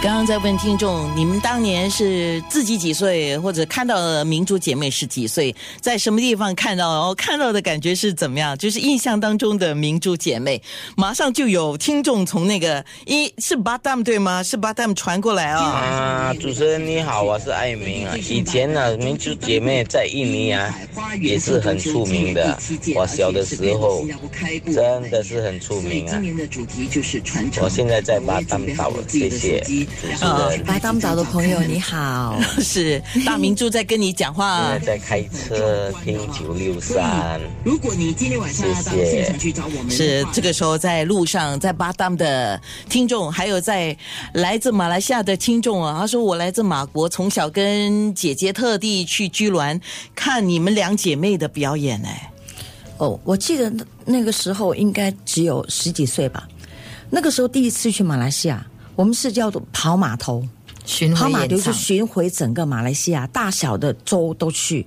刚刚在问听众，你们当年是自己几岁，或者看到的明珠姐妹是几岁，在什么地方看到，然后看到的感觉是怎么样？就是印象当中的明珠姐妹。马上就有听众从那个一是巴旦对吗？是巴旦传过来啊。啊，主持人你好，我是艾明啊。以前呢、民族姐妹在印尼啊也是很出名的。我小的时候真的是很出名啊。我现在在巴淡岛了，谢谢主持啊人。巴当岛的朋友 你好， 是大明珠在跟你讲话啊 现在在开车听九六三，如果你今天晚上要到谢谢现场去找我们的话，是这个时候在路上，在巴当的听众，还有在来自马来西亚的听众啊，他说我来自马国，从小跟姐姐特地去居銮看你们两姐妹的表演哎。哦，我记得那那个时候应该只有十几岁吧，那个时候第一次去马来西亚，我们是叫做跑码头，巡跑回马演就唱是，巡回整个马来西亚大小的州都去，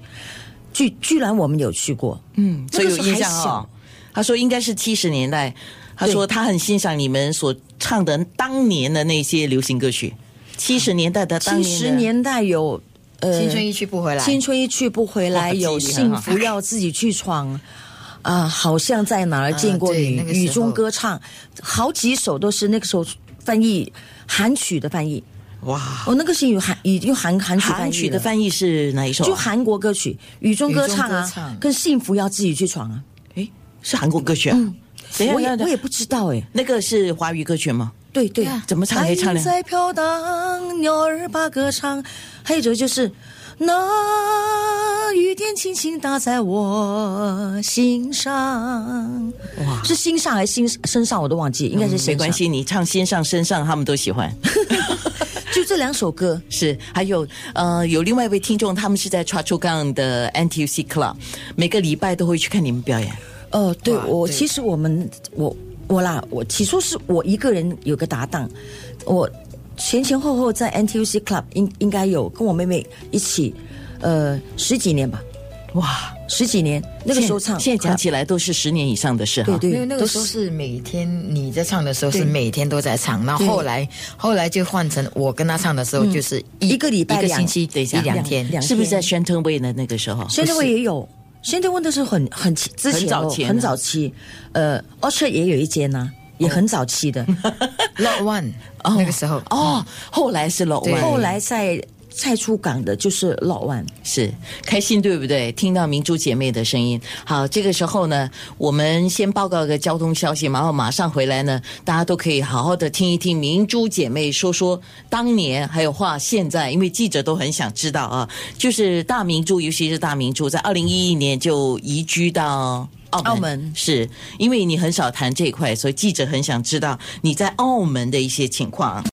居居然我们有去过，嗯所以有印象还哦小。他说应该是七十年代，他说他很欣赏你们所唱的当年的那些流行歌曲，七十年代的当七年十的年代有呃青春一去不回来，青春一去不回哇来，记忆有力很幸好福要自己去闯， 啊、好像在哪儿见过啊对你，那个时候雨中歌唱，好几首都是那个时候翻译韩曲的翻译。哇，哦，那个是有韩，已经韩韩曲翻韩译曲了的翻译是哪一首啊？就韩国歌曲《雨中歌雨唱》中歌啊唱，跟《幸福要自己去闯》啊。诶是韩国歌曲啊。等一下嗯我也等一下我也不知道哎、那个是华语歌曲吗？对对，怎么唱可以唱呢海在飘荡，鸟儿把歌唱。还有一首就是那雨点轻轻打在我心上，哇，是心上还是心身上我都忘记，应该是、嗯没关。系，你唱先上身上，他们都喜欢。 就这两首歌，是，还有呃，有另外一位听众，他们是在 t r a c h u g a n 的 NTUC Club，每个礼拜都会去看你们表演。呃，对哇我对其实我们我我啦，我起初是我一个人有个搭档，我前前后后在 NTUC Club 应应该有跟我妹妹一起，呃，十几年吧，哇，十几年那个时候现唱，啊现在讲起来都是十年以上的事哈。对没有对，那都个时候是是每天你在唱的时候是每天都在唱，然后对后来后来就换成我跟他唱的时候就是一个礼嗯拜一个两星期等一下一两天，两是不是在宣称卫的那个时候？现在我也有，现在问的是很很期之前、哦、很早前啊很早期，呃，Orchard 也有一间呐、也很早期的， Lot One 那个时候哦，后来是老外，对后来在再出港的就是老万，是开心，对不对？听到明珠姐妹的声音。好，这个时候呢，我们先报告个交通消息，然后马上回来呢，大家都可以好好的听一听明珠姐妹说说当年，还有话现在，因为记者都很想知道啊。就是大明珠，尤其是大明珠，在二零一一年就移居到。澳门澳门是因为你很少谈这一块，所以记者很想知道你在澳门的一些情况。